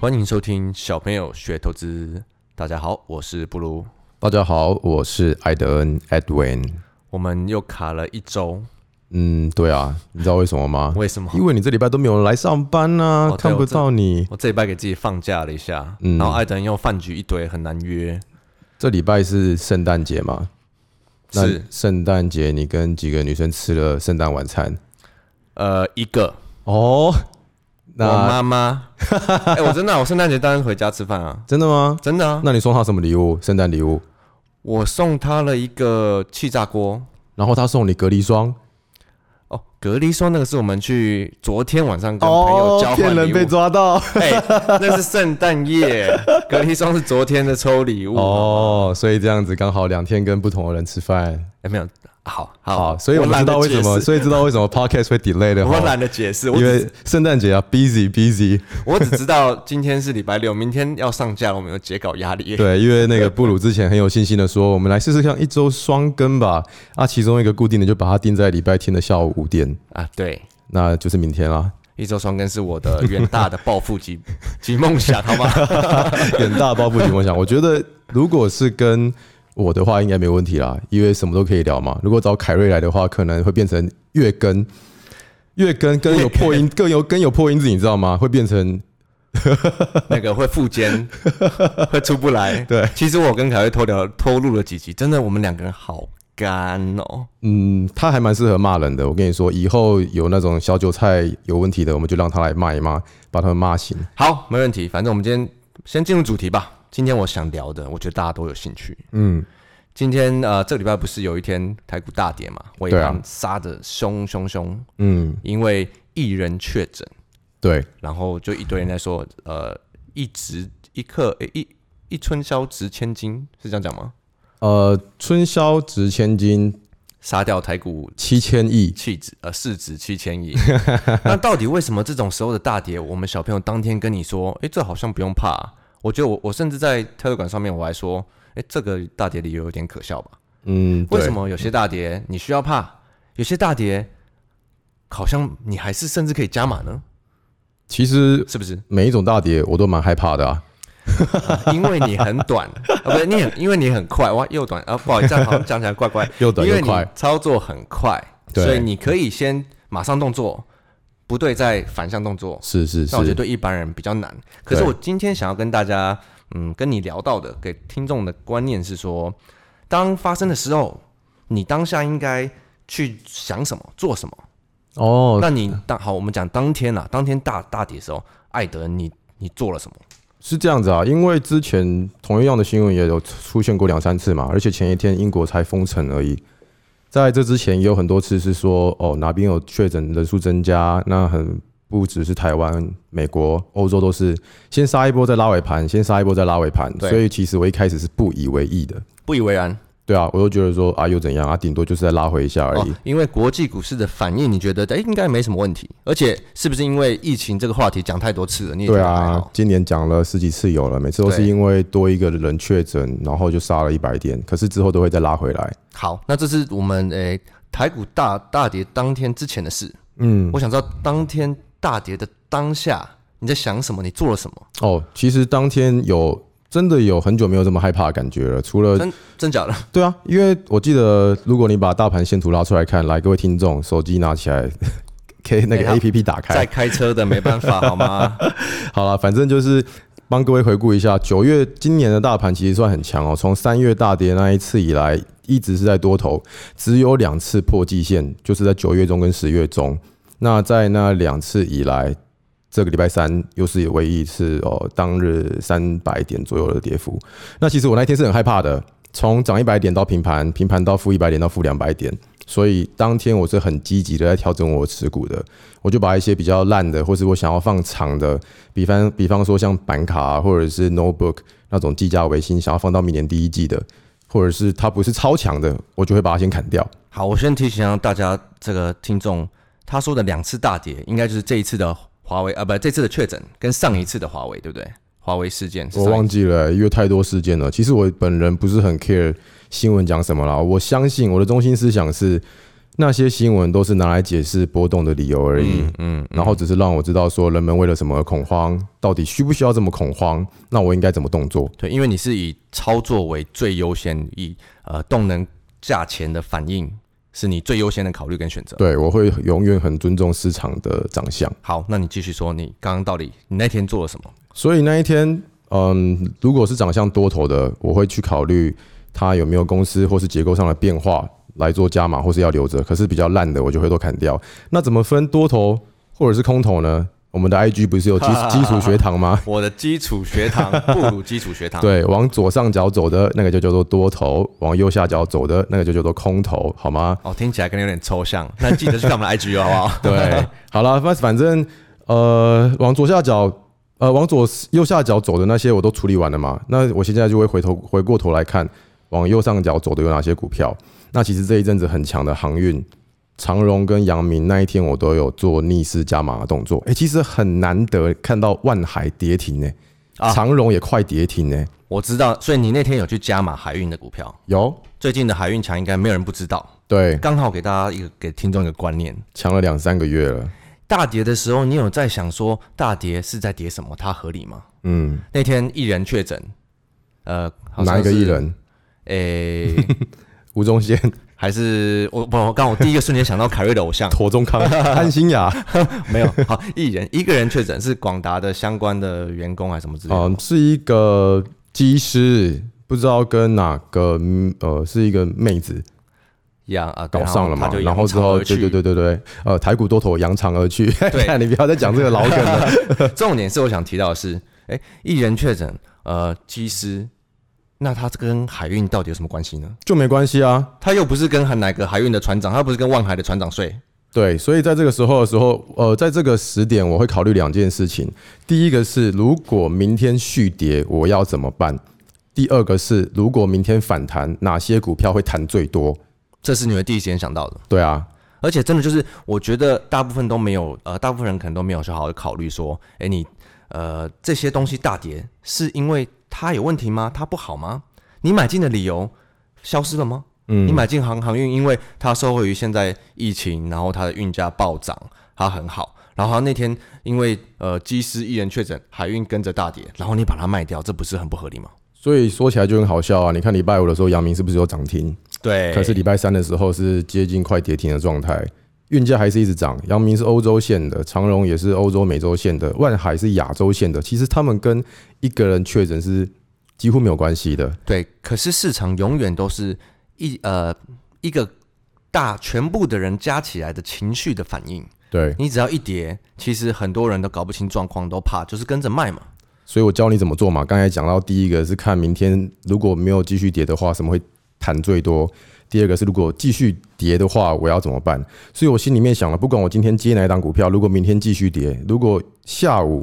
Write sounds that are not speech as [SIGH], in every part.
欢迎收听小朋友学投资。大家好，我是布鲁。大家好，我是艾德恩 Edwin。我们又卡了一周，嗯，对啊，你知道为什么吗？为什么？因为你这礼拜都没有人来上班啊，哦对看不到你。我这礼拜给自己放假了一下，嗯然后艾登又饭局一堆，很难约。这礼拜是圣诞节嘛？那是圣诞节，你跟几个女生吃了圣诞晚餐呃，一个哦？我那妈妈， [LAUGHS] 哎、我真的啊、我圣诞节当然回家吃饭啊，真的吗？真的啊。那你送她什么礼物？圣诞礼物？我送她了一个气炸锅然后她送你隔离霜。哦，隔离霜那个是我们去昨天晚上跟朋哦友交换礼物，抓到。哎、那是圣诞夜，隔离霜是昨天的抽礼物。哦，所以这样子刚好两天跟不同的人吃饭。哎、没有，好好，好，所以我我们知懒得道为解什么，释所以知道为什么 podcast 会 delay 的。我懒得解释，我因只为圣诞节啊 [LAUGHS]，busy busy，我只知道今天是礼拜六，明天要上架，我们有截稿压力。对，因为那个布鲁之前很有信心的说，我们来试试看一周双更吧，啊，其中一个固定的就把它定在礼拜天的下午五点，啊，对，那就是明天啦，一周双更是我的远大的抱负 [LAUGHS] 及及梦想，好吗？ [LAUGHS] 远大包不及梦想。我觉得如果是跟我的话，应该没问题啦，因为什么都可以聊嘛。如果找凯瑞来的话，可能会变成月更，月更更有破音，更有更有破音字，你知道吗？会变成那个会复 [LAUGHS] 健，会出不来。对，其实我跟凯瑞偷聊偷录了几集，真的我们两个人好干哦。嗯，他还蛮适合骂人的。我跟你说，以后有那种小韭菜有问题的，我们就让他来骂一骂，把他们骂醒。好，没问题，反正我们今天先进入主题吧。今天我想聊的，我觉得大家都有兴趣。嗯，今天呃，这个礼拜不是有一天台股大跌嘛，尾对啊盘杀的凶凶凶，嗯，因为一人确诊。对，然后就一堆人在说，呃，一值一克，诶一一春宵值千金，是这样讲吗？呃，春宵值千金，杀掉台股七千亿。气值，呃，市值七千 [LAUGHS] 亿。那到底为什么这种时候的大跌，我们小朋友当天跟你说，诶，这好像不用怕啊、我觉得我我甚至在特 e l 上面我还说，诶，这个大跌理由有点可笑吧？嗯，对为什？么有些大跌你需要怕，有些大跌好像你还是甚至可以加码呢？其实是不是？每一种大跌我都蛮害怕的啊。因为你很 [LAUGHS] 短啊，不是你很，因为你很快哇，又短啊，不好意思，这样好像讲起来怪怪，又短因为又快你操作很快，对所以你可以先马上动作，不对再反向动作，是是是那我，觉得对一般人比较难。可是对我今天想要跟大家，嗯，跟你聊到的给听众的观念是说，当发生的时候，你当下应该去想什么，做什么。哦，那你当好，我们讲当天啦，啊当天大大跌的时候，艾德你你做了什么？是这样子啊，因为之前同样的新闻也有出现过两三次嘛，而且前一天英国才封城而已。在这之前也有很多次是说，哦，哪边有确诊人数增加，那很不只是台湾、美国、欧洲都是先杀一波再拉尾盘，先杀一波再拉尾盘，对所以其实我一开始是不以为意的。不以为然。对啊，我就觉得说啊，又怎样啊，顶多就是再拉回一下而已。哦，因为国际股市的反应，你觉得哎、诶应该没什么问题？而且是不是因为疫情这个话题讲太多次了？你也觉对得还啊好？，今年讲了十几次有了，每次都是对因为多一个人确诊，然后就杀了一百点，可是之后都会再拉回来。好，那这是我们诶、台股大大跌当天之前的事。嗯，我想知道当天大跌的当下你在想什么，你做了什么？哦，其实当天有真的有很久没有这么害怕的感觉了，除了真真假的？对啊，因为我记得如果你把大盘线图拉出来看，来各位听众，手机拿起来。K [LAUGHS] 那个哎 A P P 打开在，开车的没办法好吗？好了，反正就是帮各位回顾一下，九月今年的大盘其实算很强哦，从三月大跌那一次以来，一直是在多头，只有两次破季线，就是在九月中跟十月中。那在那两次以来，这个礼拜三又是唯一一次哦，当日三百点左右的跌幅。那其实我那一天是很害怕的，从涨一百点到平盘，平盘到负一百点到负两百点，所以当天我是很积极的在调整我的持股的，我就把一些比较烂的，或是我想要放长的，比方比方说像板卡、啊、或者是 notebook 那种计价维新，想要放到明年第一季的，或者是它不是超强的，我就会把它先砍掉。好，我先提醒一下大家，这个听众他说的两次大跌，应该就是这一次的华为啊，不，这次的确诊跟上一次的华为，对不对？华为事件是我上一忘记了、因为太多事件了。其实我本人不是很 care 新闻讲什么啦，我相信我的中心思想是，那些新闻都是拿来解释波动的理由而已。嗯嗯，然后只是让我知道说人们为了什么而恐慌，到底需不需要这么恐慌？那我应该怎么动作？对，因为你是以操作为最优先，以呃动能价钱的反应是你最优先的考虑跟选择。对我会永远很尊重市场的长相。好，那你继续说，你刚刚到底你那天做了什么？所以那一天，嗯，如果是长相多头的，我会去考虑它有没有公司或是结构上的变化来做加码，或是要留着。可是比较烂的，我就会都砍掉。那怎么分多头或者是空头呢？我们的 IG 不是有基基础学堂吗？ [LAUGHS] 我的基础学堂不如基础学堂。对，往左上角走的那个就叫做多头，往右下角走的那个就叫做空头，好吗？哦，听起来可能有点抽象，那记得去看我们的 IG 好 [LAUGHS] 不好？对，好了，反反正呃，往左下角，呃，往左右下角走的那些我都处理完了嘛。那我现在就会回头回过头来看，往右上角走的有哪些股票？那其实这一阵子很强的航运、长荣跟阳明那一天我都有做逆势加码的动作。哎、其实很难得看到万海跌停呢、啊长荣也快跌停呢、我知道，所以你那天有去加码海运的股票。有最近的海运强，应该没有人不知道。对，刚好给大家一个给听众一个观念：强了两三个月了，大跌的时候，你有在想说大跌是在跌什么？它合理吗？嗯，那天艺人确诊，呃，好像哪一个是艺？人？诶、吴宗宪、 [LAUGHS] 还是我不，我刚我第一个瞬间想到凯瑞的偶 [LAUGHS] 像，陀中康、安心雅，没有， [LAUGHS] 好，艺人一个人确诊是广达的相关的员工还是什么之类的，嗯，是一个技师，不知道跟哪个嗯呃，是一个妹子一样啊，对搞上了嘛他就，然后之扬长后而去对对，对对对，呃，台股多头扬长而去。 [LAUGHS] 哎对看你不要再讲这个老梗了。重点是我想提到的是，哎，艺人确诊，呃，机师，那他跟海运到底有什么关系呢？就没关系啊。他又不是跟哪个海运的船长，他又不是跟万海的船长睡，对，所以在这个时候的时候，呃，在这个时点，我会考虑两件事情。第一个是，如果明天续跌，我要怎么办？第二个是，如果明天反弹，哪些股票会弹最多？这是你们第一时间想到的。对啊，而且真的就是，我觉得大部分都没有，呃，大部分人可能都没有去好好考虑说，哎、你呃这些东西大跌是因为它有问题吗？它不好吗？你买进的理由消失了吗？嗯，你买进航航运，因为它受惠于现在疫情，然后它的运价暴涨，它很好。然后它那天因为呃机师一人确诊，海运跟着大跌，然后你把它卖掉，这不是很不合理吗？所以说起来就很好笑啊。你看礼拜五的时候，阳明是不是有涨停？对可是礼拜三的时候是接近快跌停的状态，运价还是一直涨。阳明是欧洲线的，长荣也是欧洲、美洲线的，万海是亚洲线的。其实他们跟一个人确诊是几乎没有关系的。对，可是市场永远都是一呃一个大全部的人加起来的情绪的反应。对，你只要一跌，其实很多人都搞不清状况，都怕，就是跟着卖嘛。所以我教你怎么做嘛。刚才讲到第一个是看明天如果没有继续跌的话，什么会弹最多？第二个是如果继续跌的话，我要怎么办？所以我心里面想了，不管我今天接哪一档股票，如果明天继续跌，如果下午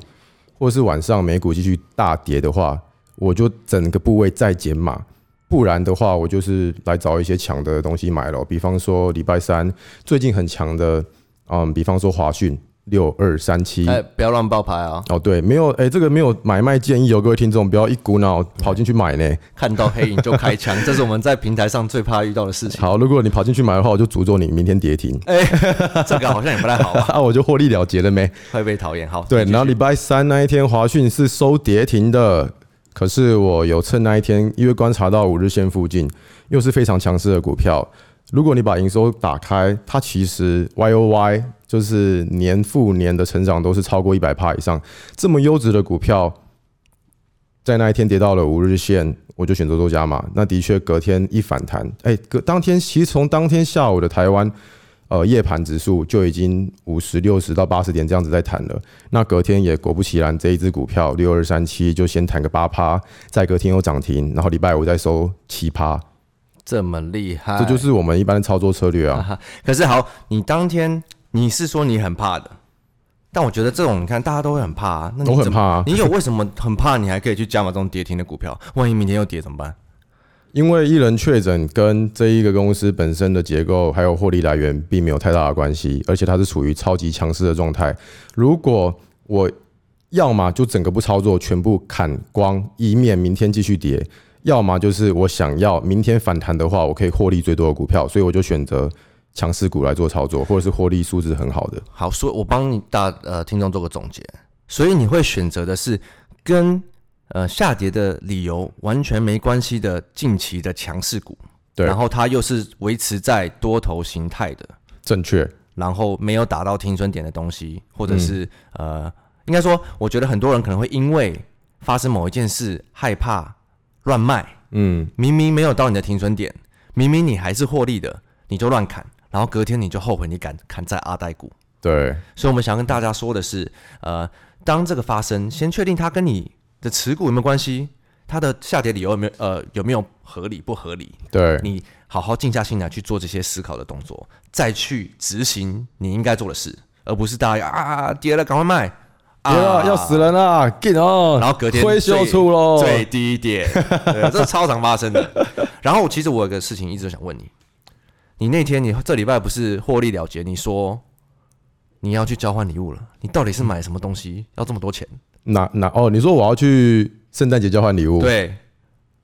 或是晚上美股继续大跌的话，我就整个部位再减码。不然的话，我就是来找一些强的东西买咯，比方说礼拜三最近很强的，嗯，比方说华讯六二三七，哎、不要乱爆牌啊！哦，对，没有，哎，这个没有买卖建议哦，各位听众，不要一股脑跑进去买呢。看到黑影就开 [LAUGHS] 枪，这是我们在平台上最怕遇到的事情。好，如果你跑进去买的话，我就诅咒你明天跌停， [LAUGHS] 这个好像也不太好吧，啊，我就获利了结了没？会被讨厌。好，对，继续然后礼拜三那一天，华讯是收跌停的，可是我有趁那一天，因为观察到五日线附近又是非常强势的股票，如果你把营收打开，它其实 Y O Y 就是年复年的成长都是超过一百帕以上，这么优质的股票，在那一天跌到了五日线。我就选择做加码，那的确隔天一反弹，哎、隔当天其实从当天下午的台湾呃夜盘指数就已经五十六十到八十点这样子在弹了。那隔天也果不其然，这一只股票六二三七就先弹个八趴，再隔天又涨停，然后礼拜五再收七趴，这么厉害，这就是我们一般的操作策略啊。可是好，你当天你是说你很怕的，但我觉得这种你看大家都会很怕、啊，那你我很怎么怕、[LAUGHS] 啊，你有为什么很怕？你还可以去加码这种跌停的股票， [LAUGHS] 万一明天又跌怎么办？因为一人确诊跟这一个公司本身的结构还有获利来源并没有太大的关系，而且它是处于超级强势的状态。如果我要么就整个不操作，全部砍光，以免明天继续跌；要么就是我想要明天反弹的话，我可以获利最多的股票，所以我就选择强势股来做操作，或者是获利素质很好的。好，所以我帮你大呃听众做个总结，所以你会选择的是跟呃下跌的理由完全没关系的近期的强势股，对然后它又是维持在多头形态的，正确，然后没有打到停损点的东西，或者是、呃，应该说，我觉得很多人可能会因为发生某一件事害怕乱卖，嗯，明明没有到你的停损点，明明你还是获利的，你就乱砍，然后隔天你就后悔你敢砍在阿呆股。对，所以我们想要跟大家说的是，呃，当这个发生，先确定它跟你的持股有没有关系，它的下跌理由有没有呃有没有合理不合理，对，你好好静下心来去做这些思考的动作，再去执行你应该做的事，而不是大家啊跌了赶快卖，啊别了，要死人啦，进哦，然后隔天退休最出喽，最低 [LAUGHS] 点，对，这是超常发生的。然后其实我有个事情一直都想问你，你那天你这礼拜不是获利了结，你说你要去交换礼物了，你到底是买什么东西要这么多钱？哪哪哦，你说我要去圣诞节交换礼物，，对，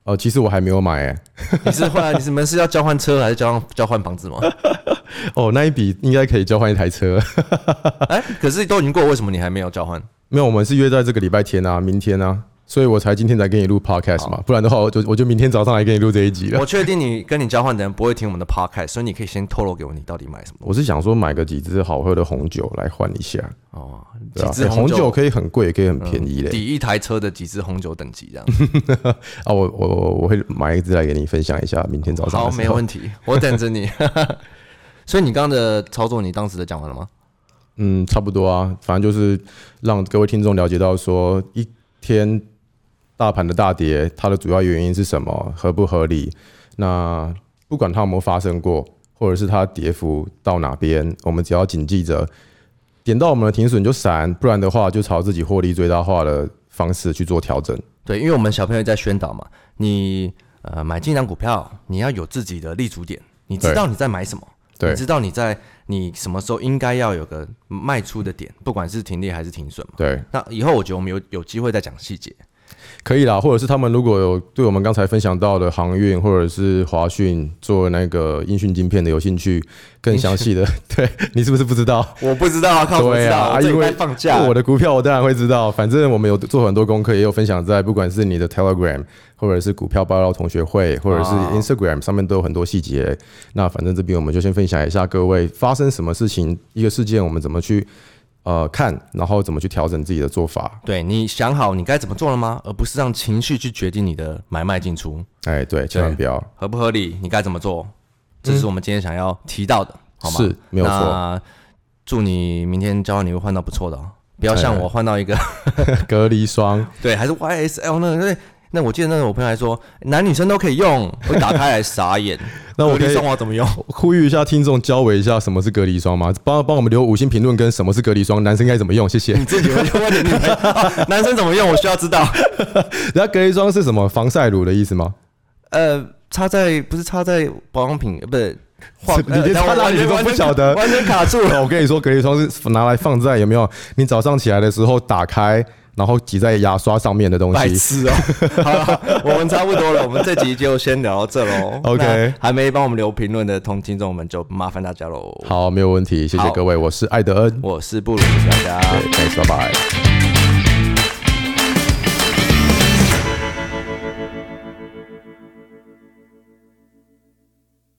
哦，其实我还没有买哎，你是换你们是要交换车还是交换交换房 [LAUGHS] 子吗？哦，那一笔应该可以交换一台车， [LAUGHS] 哎、可是都已经过了，为什么你还没有交换？没有，我们是约在这个礼拜天啊，明天啊，所以我才今天才跟你录 podcast 嘛，不然的话我就我就明天早上来跟你录这一集 [LAUGHS] 了。我确定你跟你交换的人不会听我们的 podcast，所以你可以先透露给我你到底买什么我是想说买个几支好喝的红酒来换一下，哦。对几啊，支哎红酒嗯酒可以很贵，也可以很便宜嘞。抵一台车的几支红酒等级这样。啊，我我我我会买一支来给你分享一下，明天早上好，的时候没问题，我等着你。 [LAUGHS] 所以你刚刚的操作，你当时的讲完了吗？嗯，差不多啊，反正就是让各位听众了解到说，一天大盘的大跌，它的主要原因是什么，合不合理？那不管它有没有发生过，或者是它跌幅到哪边，我们只要谨记着，点到我们的停损就闪，不然的话就朝自己获利最大化的方式去做调整。对，因为我们小朋友在宣导嘛，你呃买进一张股票，你要有自己的立足点，你知对道你在买什么，对你知道你在你什么时候应该要有个卖出的点，不管是停利还是停损嘛。对，那以后我觉得我们有有机会再讲细节。可以啦，或者是他们如果有对我们刚才分享到的航运或者是华讯做那个音讯晶片的有兴趣，更详细的， [LAUGHS] 对你是不是不知道？我不知道啊，靠什么对知道？啊，我这因礼为拜放假，我的股票我当然会知道，反正我们有做很多功课，也有分享在不管是你的 Telegram 或者是股票爆料同学会，或者是啊 Instagram 上面都有很多细节。那反正这边我们就先分享一下各位发生什么事情，一个事件我们怎么去呃看，然后怎么去调整自己的做法。对你想好你该怎么做了吗？而不是让情绪去决定你的买卖进出，哎，对，千万不要，合不合理？你该怎么做？这是我们今天想要提到的，好吗？是没有错，那祝你明天交换礼物换到不错的哦，不要像我换到一个 [LAUGHS] [LAUGHS] 隔离霜。对，还是 YSL 那个。那哎那我记得那个我朋友还说男女生都可以用， [LAUGHS] 我打开来傻 [LAUGHS] 眼。那我可以送我怎么用？呼吁一下听众，教我一下什么是隔离霜吗？帮帮我们留五星评论跟什么是隔离霜，男生该怎么用？谢 [LAUGHS] 谢。你 [LAUGHS] 自己会去问你女朋 [LAUGHS] 友、啊男生怎么用？我需要知道。然后隔离霜是什么？防晒乳的意思吗？ [LAUGHS] 呃，插在不是插在保养品，呃不是化， [LAUGHS] 你连插哪里都不晓得完全完全卡住 [LAUGHS] 了。我跟你说，隔离霜是拿来放在有没有？你早上起来的时候打开，然后挤在牙刷上面的东白西。痴 [LAUGHS] 哦、好了，我们差不多了，我们这集就先聊到这喽。 OK 那还没帮我们留评论的同听众们就麻烦大家喽。好，没有问题，谢谢好各位，我是艾德恩我是布鲁，谢谢大家。 ，Thanks，拜拜。